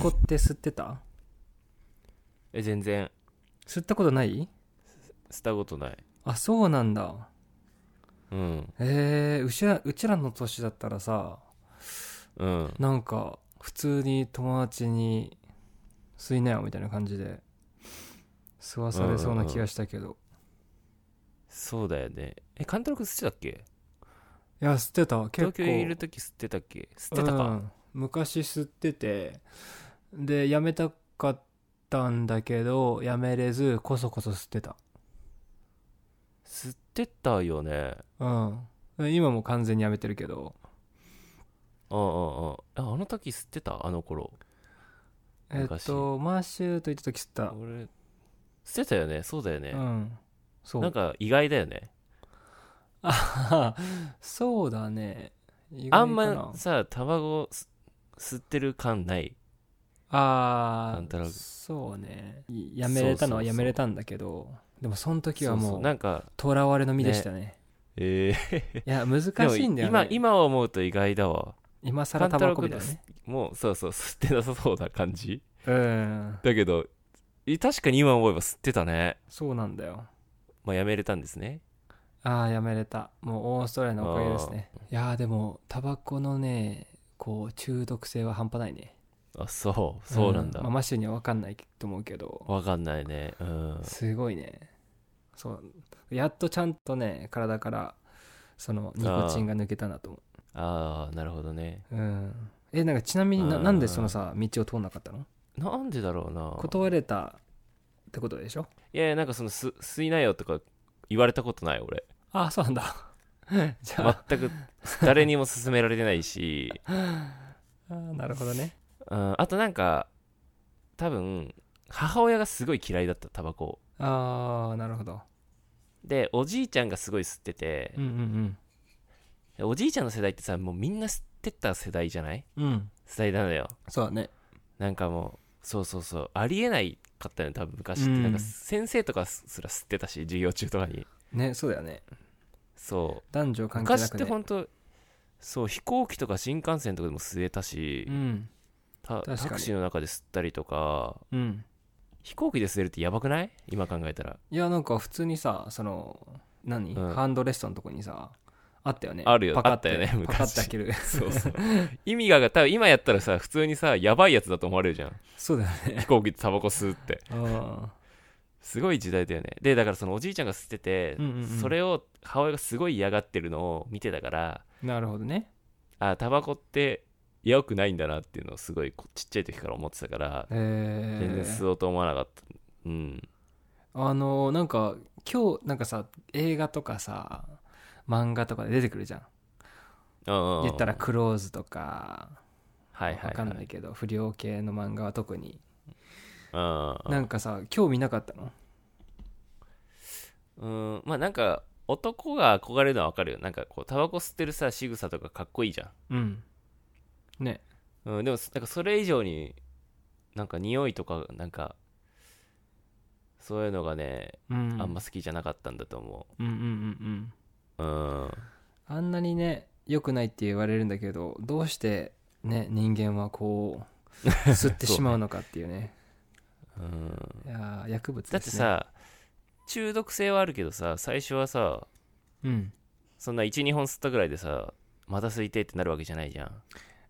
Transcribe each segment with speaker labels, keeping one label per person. Speaker 1: コって吸ってた
Speaker 2: え全然
Speaker 1: 吸ったことない
Speaker 2: 吸ったことない
Speaker 1: あそうなんだ
Speaker 2: うん
Speaker 1: えー、うちらうちらの年だったらさ
Speaker 2: うん
Speaker 1: なんか普通に友達に「吸いなよ」みたいな感じで吸わされそうな気がしたけど、
Speaker 2: そうだよねえ監督吸ってたっけ
Speaker 1: いや吸ってた結構
Speaker 2: 東京にいる時吸ってたっけ吸ってた
Speaker 1: う
Speaker 2: か
Speaker 1: ん昔吸っててでやめたかったんだけどやめれずこそこそ吸ってた
Speaker 2: 吸ってたよね
Speaker 1: うん今もう完全にやめてるけど
Speaker 2: うんうんうんああの時吸ってたあの頃
Speaker 1: えっ
Speaker 2: 昔
Speaker 1: とマッシュと言った時吸った、
Speaker 2: 俺吸ってたよねそうだよね
Speaker 1: う、んそう
Speaker 2: なんか意外だよね
Speaker 1: あ そうだね意外かな
Speaker 2: あんまさ卵吸吸ってる感ない
Speaker 1: あ
Speaker 2: なんとな
Speaker 1: あ
Speaker 2: く
Speaker 1: そうねいやめれたのは
Speaker 2: そうそうそう
Speaker 1: やめれたんだけどでもその時は
Speaker 2: そそ
Speaker 1: も
Speaker 2: な
Speaker 1: うん
Speaker 2: か
Speaker 1: 囚われの身でしたね
Speaker 2: え
Speaker 1: いや難
Speaker 2: ー、
Speaker 1: しいんだよ
Speaker 2: でも今
Speaker 1: ね今
Speaker 2: 今思うと意外だわ
Speaker 1: 今更タバコみたいなね
Speaker 2: もうそうそう吸ってなさそうな感じ
Speaker 1: うん
Speaker 2: だけどい確かに今思えば吸ってたね
Speaker 1: そうなんだよ
Speaker 2: まあやめれたんですね
Speaker 1: ああやめれたもうオーストラリアのおかげですねいやーでもタバコのねこう中毒性は半端ないね
Speaker 2: あそうそうなんだ、
Speaker 1: まあ、マシューには分かんないと思うけど
Speaker 2: わかんないねうん
Speaker 1: すごいねそうやっとちゃんとね体からそのニコチンが抜けたなと思
Speaker 2: ああなるほどね
Speaker 1: ううんえなんかちなみにな
Speaker 2: うん
Speaker 1: なんでそのさ道を通んなかったの
Speaker 2: なんでだろうな
Speaker 1: 断れたってことでしょ
Speaker 2: いやいやなんかそのす吸いなよとか言われたことない俺
Speaker 1: ああそうなんだ じゃあ,、
Speaker 2: 全く誰にも勧められてないし
Speaker 1: あーなるほどね
Speaker 2: うんあとなんか多分母親がすごい嫌いだったタバコ
Speaker 1: ああなるほど
Speaker 2: でおじいちゃんがすごい吸ってて
Speaker 1: うん、うん
Speaker 2: でおじいちゃんの世代ってさもうみんな吸ってた世代じゃない
Speaker 1: うんうん
Speaker 2: 世代なのよ
Speaker 1: そうだね
Speaker 2: なんかもうそうそうそうありえないかったよね多分昔っ
Speaker 1: う
Speaker 2: て、
Speaker 1: ん
Speaker 2: なんか先生とかすら吸ってたし授業中とかに
Speaker 1: ねそうだよね
Speaker 2: そう
Speaker 1: 男女関係
Speaker 2: 昔
Speaker 1: な
Speaker 2: っ
Speaker 1: く
Speaker 2: て
Speaker 1: ね
Speaker 2: 本当そう飛行機とか新幹線とかでも吸えたし、
Speaker 1: うん
Speaker 2: た
Speaker 1: 確かに
Speaker 2: タクシーの中で吸ったりとか
Speaker 1: うん
Speaker 2: 飛行機で吸えるってやばくない今考え たら
Speaker 1: いやなんか普通にさその何、
Speaker 2: うん
Speaker 1: ハンドレストのとこにさあったよね
Speaker 2: あるよ
Speaker 1: パカッて
Speaker 2: あったよね昔
Speaker 1: パカッて開ける
Speaker 2: そうそう意味が多分今やったらさ普通にさやばいやつだと思われるじゃん
Speaker 1: そうだよね
Speaker 2: 飛行機でタバコ吸うって
Speaker 1: うん
Speaker 2: すごい時代だよねでだからそのおじいちゃんが吸ってて、
Speaker 1: うんうんうん
Speaker 2: それを母親がすごい嫌がってるのを見てたから
Speaker 1: なるほどね
Speaker 2: あタバコって良くないんだなっていうのをすごいこちっちゃい時から思ってたから
Speaker 1: え
Speaker 2: 全然吸
Speaker 1: ー、
Speaker 2: おうと思わなかったうん
Speaker 1: あのなんか今日なんかさ映画とかさ漫画とかで出てくるじゃん
Speaker 2: うんうん
Speaker 1: 言ったらクローズとか
Speaker 2: はいはい、はい、
Speaker 1: わかんないけど不良系の漫画は特に
Speaker 2: うん
Speaker 1: なんかさ興味なかったの
Speaker 2: うんまあなんか男が憧れるのはわかるよなんかこうタバコ吸ってるさ仕草とかかっこいいじゃ
Speaker 1: うんね
Speaker 2: ん、うん、でもなんかそれ以上になんか匂いとかなんかそういうのがね
Speaker 1: うん
Speaker 2: あんま好きじゃなかったんだと思
Speaker 1: うんうんうんうん
Speaker 2: ううん
Speaker 1: あんなにね良くないって言われるんだけどどうしてね人間はこ う吸ってしまうのかっていうね
Speaker 2: うん
Speaker 1: いやー薬物
Speaker 2: だ
Speaker 1: で
Speaker 2: って
Speaker 1: すね
Speaker 2: さ中毒性はあるけどさ最初はさ
Speaker 1: うん
Speaker 2: そんな12本吸ったぐらいでさまた吸いてえってなるわけじゃないじゃん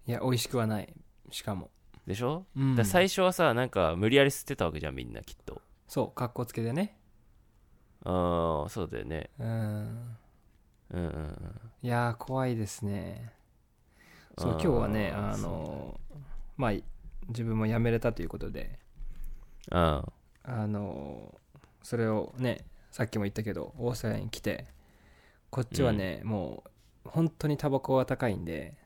Speaker 1: いや美味しくはないしかも、
Speaker 2: でしょ、
Speaker 1: うん
Speaker 2: だから最初はさなんか無理やり吸ってたわけじゃんみんなきっと
Speaker 1: そうかっこつけてね
Speaker 2: うんそうだよね
Speaker 1: うん
Speaker 2: うんうんうん
Speaker 1: いやー怖いですねそう
Speaker 2: あ
Speaker 1: 今
Speaker 2: ー
Speaker 1: 日はねあのーまあ自分も辞めれたということで
Speaker 2: うん
Speaker 1: あのーそれをねさっきも言ったけどオーストラリアに来てこっちはね、もう本当にタバコが高いんで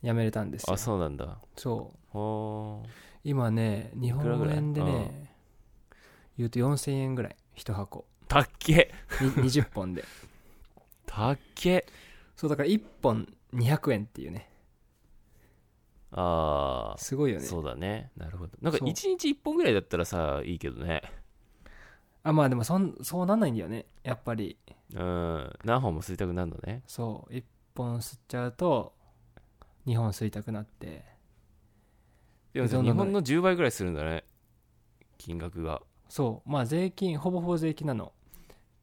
Speaker 1: やめれたんですよ
Speaker 2: あそうなんだ
Speaker 1: そう
Speaker 2: おー
Speaker 1: 今ね日
Speaker 2: くらぐ
Speaker 1: 本
Speaker 2: らい
Speaker 1: 円でね言うと4000円ぐらい1箱
Speaker 2: たっけ
Speaker 1: に20本で
Speaker 2: たっけ
Speaker 1: そうだから1本200円っていうね
Speaker 2: あ
Speaker 1: すごいよ
Speaker 2: あ
Speaker 1: ね
Speaker 2: そうだねなるほどなんか
Speaker 1: そう
Speaker 2: 1日1本ぐらいだったらさいいけどね
Speaker 1: あまあでもそんそうなんないんだよねやっぱり
Speaker 2: うん何本も吸いたくなるのね
Speaker 1: そう1本吸っちゃうと2本吸いたくなって
Speaker 2: でも
Speaker 1: そ
Speaker 2: さ
Speaker 1: ん
Speaker 2: 日
Speaker 1: なの
Speaker 2: 本の10倍ぐらいするんだね金額が
Speaker 1: そうまあ税金ほぼほぼ税金なの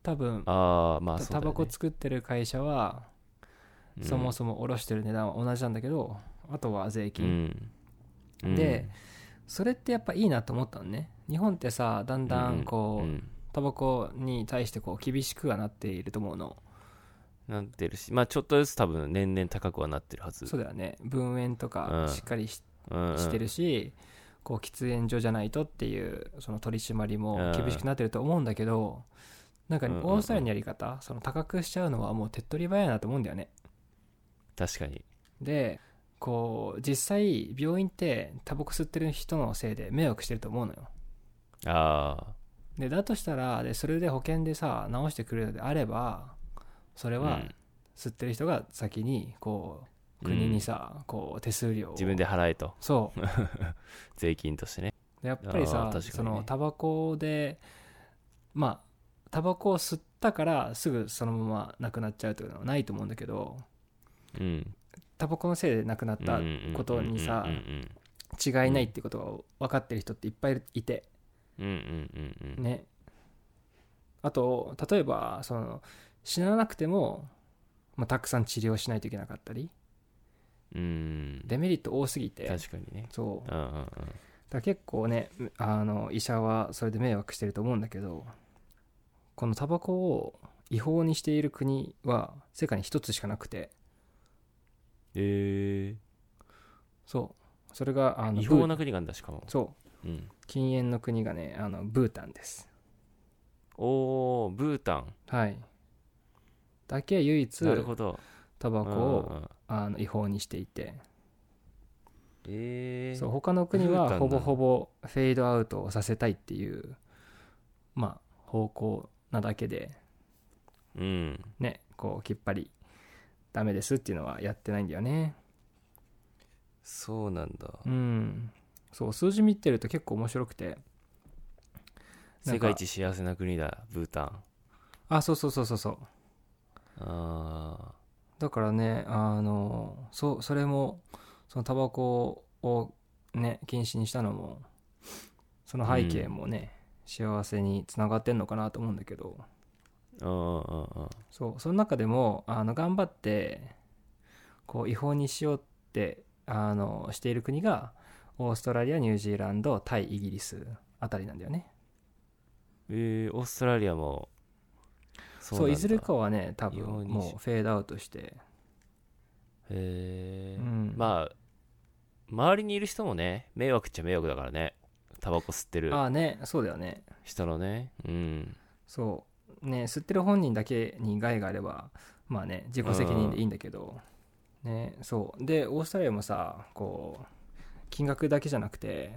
Speaker 1: 多分
Speaker 2: ああまあそうだ、
Speaker 1: タ
Speaker 2: ね、
Speaker 1: バコ作ってる会社は
Speaker 2: うん
Speaker 1: そもそも卸してる値段は同じなんだけど、あとは税
Speaker 2: う
Speaker 1: 金、
Speaker 2: ん、うん
Speaker 1: でそれってやっぱいいなと思ったのね日本ってさだんだんこう、
Speaker 2: ん
Speaker 1: タバコに対してこう厳しくはなっていると思うの
Speaker 2: なってるしまあちょっとずつ多分年々高くはなってるはず
Speaker 1: そうだよね分煙と
Speaker 2: う
Speaker 1: か
Speaker 2: ん
Speaker 1: しっかりし,、
Speaker 2: うんうん
Speaker 1: てるしこう喫煙所じゃないとっていうその取り締まりも厳しくなってると思うんだけど、なんか
Speaker 2: うんうんうん
Speaker 1: オーストラリアのやり方、その高くしちゃうのはもう手っ取り早いなと思うんだよね
Speaker 2: 確かに
Speaker 1: でこう実際病院ってタバコ吸ってる人のせいで迷惑してると思うのよ
Speaker 2: ああ
Speaker 1: でだとしたらでそれで保険でさ治してくれるのであればそれは吸ってる人が先にこう国にさ、こう手数料を
Speaker 2: 自分で払えと
Speaker 1: そう
Speaker 2: 税金としてね
Speaker 1: でやっぱり
Speaker 2: あ
Speaker 1: さ、
Speaker 2: ー確かにね
Speaker 1: そのタバコでまあタバコを吸ったからすぐそのまま亡くなっちゃうというのはないと思うんだけど
Speaker 2: うん
Speaker 1: タバコのせいで亡くなったことにさ
Speaker 2: うんうん
Speaker 1: 違いないっていうことが分かってる人っていっぱいいて
Speaker 2: うんうんうんうん
Speaker 1: ねあと例えばその死ななくても、まあ、たくさん治療しないといけなかったり
Speaker 2: うん
Speaker 1: デメリット多すぎて
Speaker 2: 確かにね
Speaker 1: そう
Speaker 2: うんう
Speaker 1: だ
Speaker 2: ん
Speaker 1: から結構ねあの医者はそれで迷惑してると思うんだけどこのタバコを違法にしている国は世界に一つしかなくて
Speaker 2: え
Speaker 1: そうそれがあ
Speaker 2: ー、
Speaker 1: の
Speaker 2: 違法
Speaker 1: ブー
Speaker 2: な国があんだしかも、
Speaker 1: そう
Speaker 2: うん、
Speaker 1: 禁煙の国がねあのブータンです
Speaker 2: おおブータン
Speaker 1: はいだけ唯一
Speaker 2: なるほど
Speaker 1: タバコ
Speaker 2: うん
Speaker 1: を
Speaker 2: うんうん
Speaker 1: あの違法にしていて
Speaker 2: えー、
Speaker 1: そう他の国
Speaker 2: ブータンな
Speaker 1: は
Speaker 2: の
Speaker 1: ほぼほぼフェードアウトをさせたいっていうまあ方向なだけで
Speaker 2: うん
Speaker 1: ねこうきっぱりダメですっていうのはやってないんだよね
Speaker 2: そうなんだ、
Speaker 1: うんそう数字見てると結構面白くて
Speaker 2: 世界一幸せな国だブータン
Speaker 1: あそうそうそうそうそう
Speaker 2: あ
Speaker 1: だからねあのそうそれもそのタバコをね禁止にしたのもその背景もね、幸せにつながってんのかなと思うんだけど
Speaker 2: ーうんうんうん
Speaker 1: そうその中でもあの頑張ってこう違法にしようってあのしている国がオーストラリアニュージーランドタイイギリスあたりなんだよね
Speaker 2: えー、オーストラリアも
Speaker 1: そ
Speaker 2: そうなんだ
Speaker 1: いずれかはね多
Speaker 2: 違法
Speaker 1: 分
Speaker 2: にし
Speaker 1: もうフェードアウトして、
Speaker 2: へえ、
Speaker 1: うん
Speaker 2: まあ周りにいる人もね迷惑っちゃ迷惑だからねタバコ吸ってる
Speaker 1: ああねそうだよね
Speaker 2: 人のねうん
Speaker 1: そうね吸ってる本人だけに害があればまあね自己責任でいいんだけど、ねそうでオーストラリアもさこう金額だけじゃなくて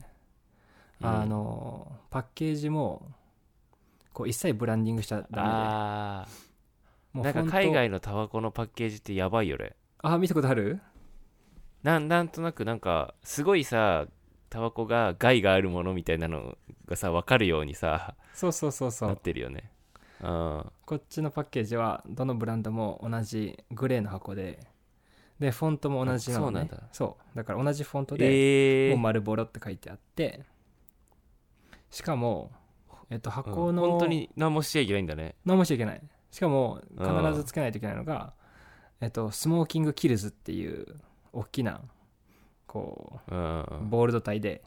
Speaker 1: あのパッケージもこう一切ブランディングしちゃダ
Speaker 2: あ
Speaker 1: メ
Speaker 2: ー
Speaker 1: でも
Speaker 2: な
Speaker 1: うん
Speaker 2: か
Speaker 1: 本当
Speaker 2: 海外のタバコのパッケージってやばいよね
Speaker 1: あ見たことある
Speaker 2: なんなんとなくなんかすごいさタバコが害があるものみたいなのがさ分かるようにさ
Speaker 1: そうそうそうそ
Speaker 2: なっ
Speaker 1: う
Speaker 2: てるよねうん
Speaker 1: こっちのパッケージはどのブランドも同じグレーの箱ででフォントも同じなの、ね、
Speaker 2: あそうなんだ
Speaker 1: そうだから同じフォントで、
Speaker 2: え
Speaker 1: も
Speaker 2: え
Speaker 1: う
Speaker 2: ー、
Speaker 1: 丸ボロって書いてあってしかも、えっと、
Speaker 2: うん
Speaker 1: 箱の、
Speaker 2: 本当に何もしちゃいけないんだね
Speaker 1: 何もしちゃいけないしかも
Speaker 2: うん
Speaker 1: 必ずつけないといけないのが、えっと、スモーキングキルズっていう大きなこ
Speaker 2: うんうんう
Speaker 1: うんボールド体で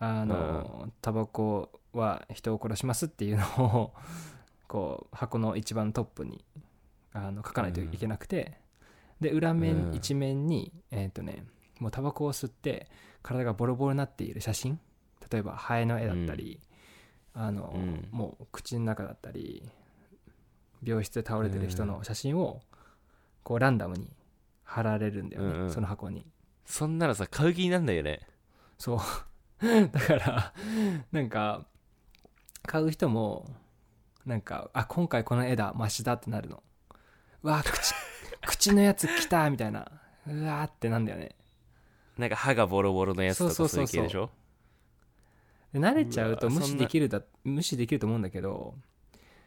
Speaker 1: あのタバコは人を殺しますっていうのを こう箱の一番トップにあの書かないといけなくて、で裏面、
Speaker 2: うん
Speaker 1: 一面にえっ、とねもうタバコを吸って体がボロボロになっている写真例えばハエの絵だったり、あの
Speaker 2: うん
Speaker 1: もう口の中だったり病室で倒れてる人の写真をこうランダムに貼られるんだよね、
Speaker 2: うんうん
Speaker 1: その箱に
Speaker 2: そんなのさ買う気になんないよね
Speaker 1: そうだからなんか買う人もなんかあ今回この絵だマシだってなるのうわ 口口のやつ来たみたいなうわーってなんだよね
Speaker 2: なんか歯がボロボロのやつと
Speaker 1: そう
Speaker 2: か
Speaker 1: そ
Speaker 2: そう
Speaker 1: そうう
Speaker 2: いう系でしょ
Speaker 1: で慣れちゃうと
Speaker 2: うわ
Speaker 1: 無
Speaker 2: そ
Speaker 1: 視
Speaker 2: んな
Speaker 1: できるだ無視できると思うんだけど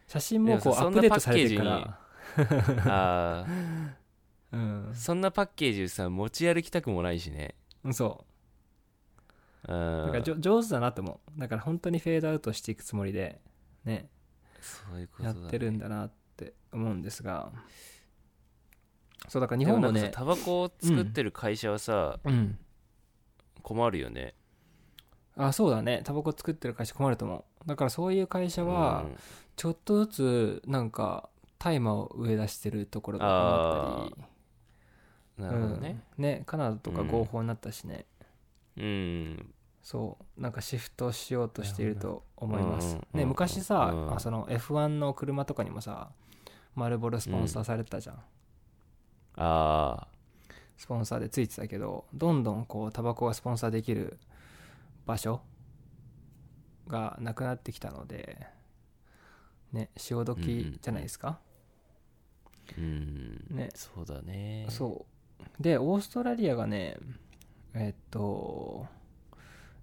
Speaker 1: 写真もこう
Speaker 2: でもさ
Speaker 1: アッ
Speaker 2: そん
Speaker 1: プ
Speaker 2: な
Speaker 1: デートされてるか
Speaker 2: パッケ
Speaker 1: ら
Speaker 2: あー
Speaker 1: うん
Speaker 2: そんなパッケージさ持ち歩きたくもないしね
Speaker 1: そなんか
Speaker 2: ん
Speaker 1: じょ上手だなと思うだから本当にフェードアウトしていくつもりでね
Speaker 2: そういうこと
Speaker 1: や
Speaker 2: だ
Speaker 1: っ
Speaker 2: ね
Speaker 1: てるんだなって思うんですがそうだから日本も
Speaker 2: でなん
Speaker 1: ね
Speaker 2: かさタバコを作ってる会社はさ、
Speaker 1: うん
Speaker 2: 困るよね
Speaker 1: あそうだねタバコ作ってる会社困ると思うだからそういう会社は、
Speaker 2: うん
Speaker 1: ちょっとずつなんか大麻を植え出してるところとかもあったり
Speaker 2: なるほどね
Speaker 1: うんねカナダとか
Speaker 2: うん
Speaker 1: 合法になったしね、
Speaker 2: うん、
Speaker 1: そうなんかシフトしようとしていると思いま
Speaker 2: うんう
Speaker 1: す
Speaker 2: んうん、うん
Speaker 1: ね、昔さ、
Speaker 2: うん
Speaker 1: あその F1 の車とかにもさマルボロスポンサーされてたじゃん、
Speaker 2: ああ
Speaker 1: スポンサーでついてたけどどんどんこうタバコがスポンサーできる場所がなくなってきたのでね潮時じゃないですか、
Speaker 2: うん
Speaker 1: ね
Speaker 2: そうだね
Speaker 1: そうでオーストラリアがねえっと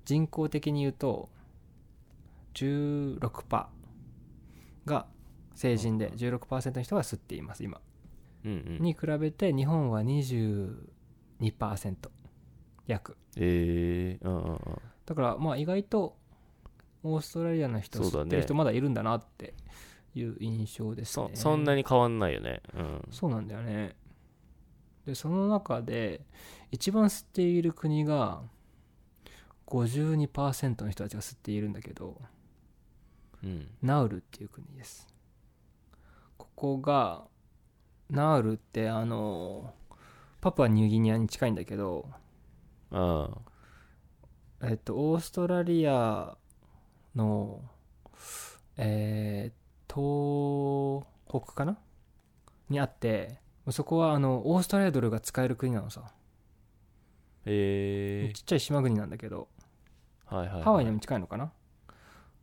Speaker 1: 人口的に言うと16%が成人で16%の人が吸っています今
Speaker 2: うんうん
Speaker 1: に比べて日本は22%約
Speaker 2: ええうんうんうん
Speaker 1: だからまあ意外とオーストラリアの人
Speaker 2: そうだ
Speaker 1: 吸
Speaker 2: ね
Speaker 1: ってる人まだいるんだなっていう印象ですね
Speaker 2: そそんなに変わんないよねうん
Speaker 1: そうなんだよねでその中で一番吸っている国が52%の人たちが吸っているんだけど
Speaker 2: うん
Speaker 1: ナウルっていう国ですここがナウルってあのパプアニューギニアに近いんだけど
Speaker 2: ああ
Speaker 1: えっと、オーストラリアの、えー、東北かなにあって、そこはあのオーストラリアドルが使える国なのさ。
Speaker 2: ええ
Speaker 1: ちっちゃい島国なんだけど、
Speaker 2: はいはいはい、
Speaker 1: ハワイにも近いのかな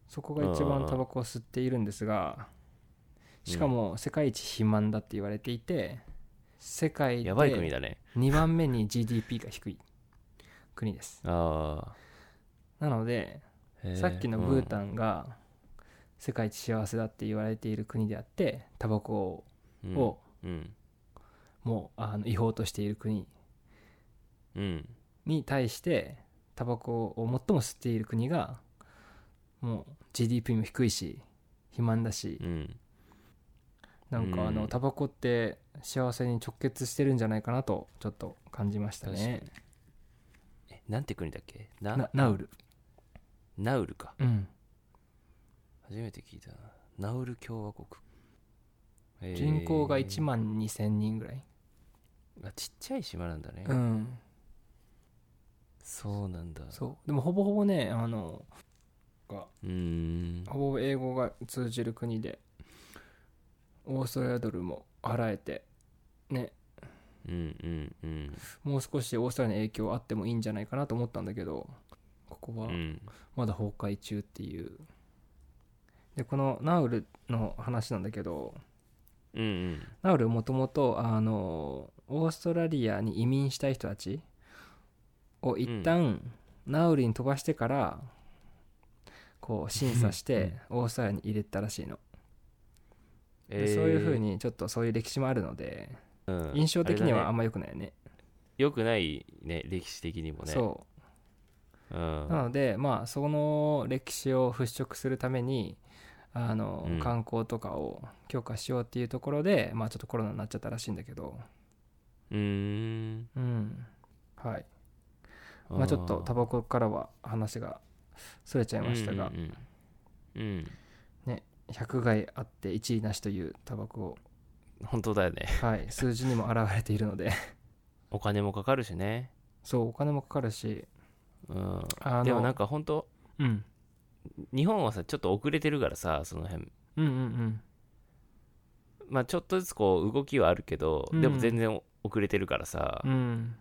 Speaker 1: そこが一
Speaker 2: うんうんう
Speaker 1: 番
Speaker 2: ん
Speaker 1: タバコを吸っているんですが、しかも世界一肥満だって言われていて、世界で
Speaker 2: やばい国だね
Speaker 1: 2番目に GDP が低い国です。
Speaker 2: あ
Speaker 1: なので、
Speaker 2: あ
Speaker 1: さっきのブータ
Speaker 2: ン、
Speaker 1: ンが世界一幸せだって言われている国であってタバコ
Speaker 2: うん
Speaker 1: を
Speaker 2: うん
Speaker 1: もうあの違法としている国
Speaker 2: うん
Speaker 1: に対してタバコを最も吸っている国がもう GDP も低いし肥満だし
Speaker 2: うん
Speaker 1: なんかあ
Speaker 2: う
Speaker 1: の
Speaker 2: ん
Speaker 1: タバコって幸せに直結してるんじゃないかなとちょっと感じましたね
Speaker 2: えなんて国だっけな
Speaker 1: なナウル
Speaker 2: ナウルか
Speaker 1: うん
Speaker 2: 初めて聞いたなナウル共和国、えー
Speaker 1: 人口が1万2000人ぐらい
Speaker 2: あちっちゃい島なんだね、
Speaker 1: うん
Speaker 2: そうなんだ
Speaker 1: そうでもほぼほぼねあの
Speaker 2: うーん
Speaker 1: ほぼ英語が通じる国でオーストラリアドルも払えてね
Speaker 2: うんうんうん
Speaker 1: もう少しオーストラリアの影響あってもいいんじゃないかなと思ったんだけどここ
Speaker 2: う
Speaker 1: は
Speaker 2: ん
Speaker 1: まだ崩壊中っていうでこのナウルの話なんだけど
Speaker 2: うんうん
Speaker 1: ナウルもともとあのオーストラリアに移民したい人たちを一旦ナウルに飛ばしてからこう審査してオーストラリアに入れたらしいのでそういうふう、にちょっとそういう歴史もあるので
Speaker 2: えーうん
Speaker 1: 印象的には
Speaker 2: あ
Speaker 1: あ
Speaker 2: れだね
Speaker 1: んま良くないよね
Speaker 2: 良くないね歴史的にもね、、
Speaker 1: そううんなのでまあその歴史を払拭するためにあの、
Speaker 2: うん
Speaker 1: 観光とかを強化しようっていうところでまあちょっとコロナになっちゃったらしいんだけど
Speaker 2: うーん
Speaker 1: うんはいまあちょっとタバコからは話がそれちゃいましたが、
Speaker 2: うんうんうん、
Speaker 1: 百害あって一位なしというタバコを、
Speaker 2: うん本当だよね
Speaker 1: はい、数字にも表れているので
Speaker 2: お金もかかるしね、
Speaker 1: そうお金もかかるし
Speaker 2: うん、
Speaker 1: あの
Speaker 2: でもなんか本当
Speaker 1: うん、
Speaker 2: 日本はさちょっと遅れてるからさその辺
Speaker 1: うんうんうん
Speaker 2: まあちょっとずつこう動きはあるけど、
Speaker 1: うん
Speaker 2: でも全然遅れてるからさ、
Speaker 1: うん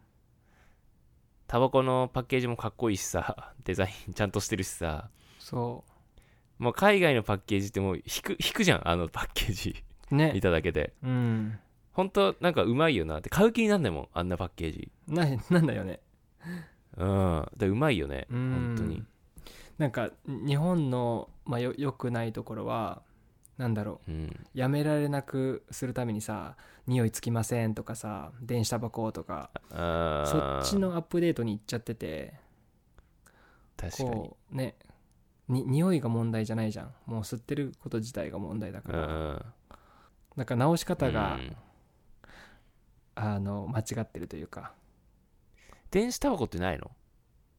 Speaker 2: タバコのパッケージもかっこいいしさ デザインちゃんとしてるしさ
Speaker 1: そ
Speaker 2: もう海外のパッケージってもう引く引くじゃんあのパッケー ジ
Speaker 1: うね
Speaker 2: 見ただけで
Speaker 1: うん
Speaker 2: 本当なんかうまいよなって買う気になんないもんあんなパッケージ
Speaker 1: な なんだよね
Speaker 2: うんでうまいよね
Speaker 1: うん
Speaker 2: 本当に
Speaker 1: なんか日本の、まあ、よよくないところはなんだろ
Speaker 2: うん
Speaker 1: うやめられなくするためにさ匂いつきませんとかさ電子タバコとか
Speaker 2: あ
Speaker 1: そ
Speaker 2: ー
Speaker 1: っちのアップデートに行っちゃってて
Speaker 2: 確かに
Speaker 1: こうねに匂いが問題じゃないじゃんもう吸ってること自体が問題だか
Speaker 2: う
Speaker 1: ら、
Speaker 2: ん
Speaker 1: なんか直し方が、
Speaker 2: うん
Speaker 1: あの間違ってるというか
Speaker 2: 電子タバコってないの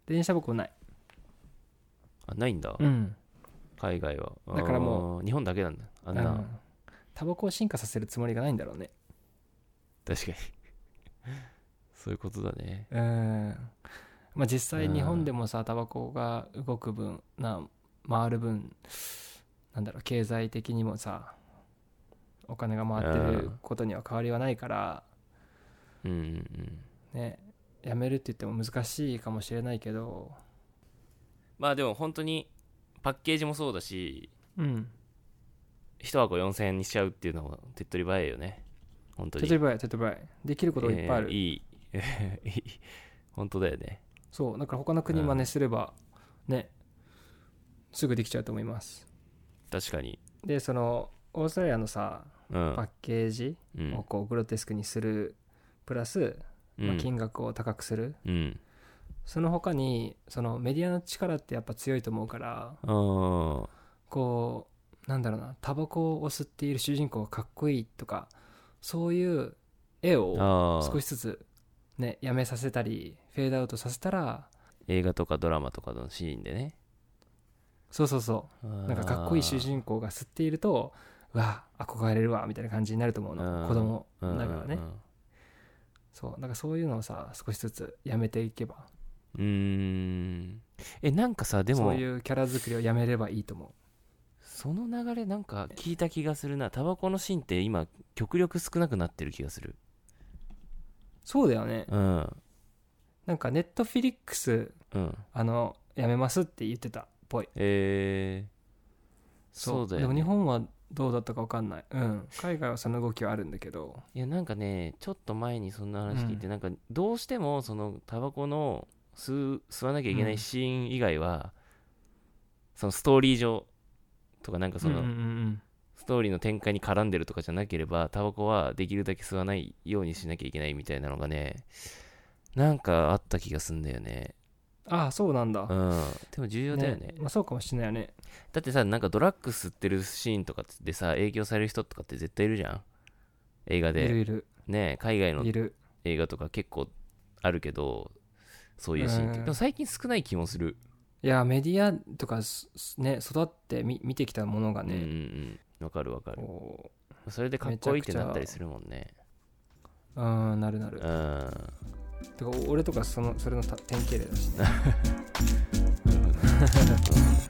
Speaker 1: 電子タバコない、
Speaker 2: あないんだ、
Speaker 1: うん
Speaker 2: 海外は
Speaker 1: だからも
Speaker 2: う日本だけなんだあん
Speaker 1: う
Speaker 2: な、
Speaker 1: んタバコを進化させるつもりがないんだろうね
Speaker 2: 確かに そういうことだね
Speaker 1: うんまあ実際
Speaker 2: うん
Speaker 1: 日本でもさタバコが動く分な回る分なんだろう経済的にもさお金が回ってることには変わりはないから、
Speaker 2: うんうんうん
Speaker 1: ねやめるって言っても難しいかもしれないけど
Speaker 2: まあでも本当にパッケージもそうだし
Speaker 1: うん
Speaker 2: 一箱4000円にしちゃうっていうのも手っ取り早いよね本当
Speaker 1: 手っ取
Speaker 2: に
Speaker 1: り早い手っ取り早いできることがいっぱいある、
Speaker 2: えーいい いい本当だよね
Speaker 1: そうだから他の国真似すればね、すぐできちゃうと思います
Speaker 2: 確かに
Speaker 1: でそのオーストラリアのさ
Speaker 2: うん
Speaker 1: パッケージ
Speaker 2: うん
Speaker 1: をこうグロテスクにするプラス、まあ、金額を高くする、
Speaker 2: うん
Speaker 1: その他にそのメディアの力ってやっぱ強いと思うから
Speaker 2: うん
Speaker 1: こうなんだろうなタバコを吸っている主人公がかっこいいとかそういう絵を
Speaker 2: ああ
Speaker 1: 少しずつねやめさせたりフェードアウトさせたら
Speaker 2: 映画とかドラマとかのシーンでね
Speaker 1: そうそうそう
Speaker 2: な
Speaker 1: なんかかっこいい主人公が吸っているとうわ憧れるわみたいな感じになると思う
Speaker 2: うん
Speaker 1: の子供
Speaker 2: うん
Speaker 1: ながらねそうなんかそういうのをさ少しずつやめていけば
Speaker 2: うんうんえなんかさで
Speaker 1: そ
Speaker 2: も
Speaker 1: ういうキャラ作りをやめればいいと思
Speaker 2: その流れなんか聞いた気がするなタバコのシーンって今極力少なくなってる気がする
Speaker 1: うそうだよね
Speaker 2: うん
Speaker 1: なんかネットフィリックス
Speaker 2: うん
Speaker 1: あのやめますって言ってたっぽい
Speaker 2: えー、そうだよ、ね、
Speaker 1: でも日本はどうだったか分かんないうん海外はその動きはあるんだけど
Speaker 2: いやなんかねちょっと前にそんな話聞いて、
Speaker 1: うん
Speaker 2: なんかどうしてもそのタバコの吸う吸わなきゃいけな
Speaker 1: う
Speaker 2: い
Speaker 1: ん
Speaker 2: シーン以外は、そのストーリー上とかなんかその、
Speaker 1: うんうんうん
Speaker 2: ストーリーの展開に絡んでるとかじゃなければタバコはできるだけ吸わないようにしなきゃいけないみたいなのがねなんかあった気がすんだよね
Speaker 1: ああそうなんだ
Speaker 2: うんでも重要だよね
Speaker 1: まあ、そうかもしれないよね
Speaker 2: だってさなんかドラッグ吸ってるシーンとかでさ影響される人とかって絶対いるじゃん映画
Speaker 1: いる
Speaker 2: で
Speaker 1: いる
Speaker 2: ね海外の
Speaker 1: いる
Speaker 2: 映画とか結構あるけどそういうシーンって
Speaker 1: うん
Speaker 2: でも最近少ない気もする、
Speaker 1: いやメディアとかすすね育ってみ見てきたものが
Speaker 2: うんうんう
Speaker 1: ね、
Speaker 2: んわかるわかる
Speaker 1: こ
Speaker 2: それでかっこいいってなったりするもんね
Speaker 1: ううんなるな
Speaker 2: う
Speaker 1: る
Speaker 2: んな
Speaker 1: てか俺とかそのそれのた典型例だしね
Speaker 2: るほど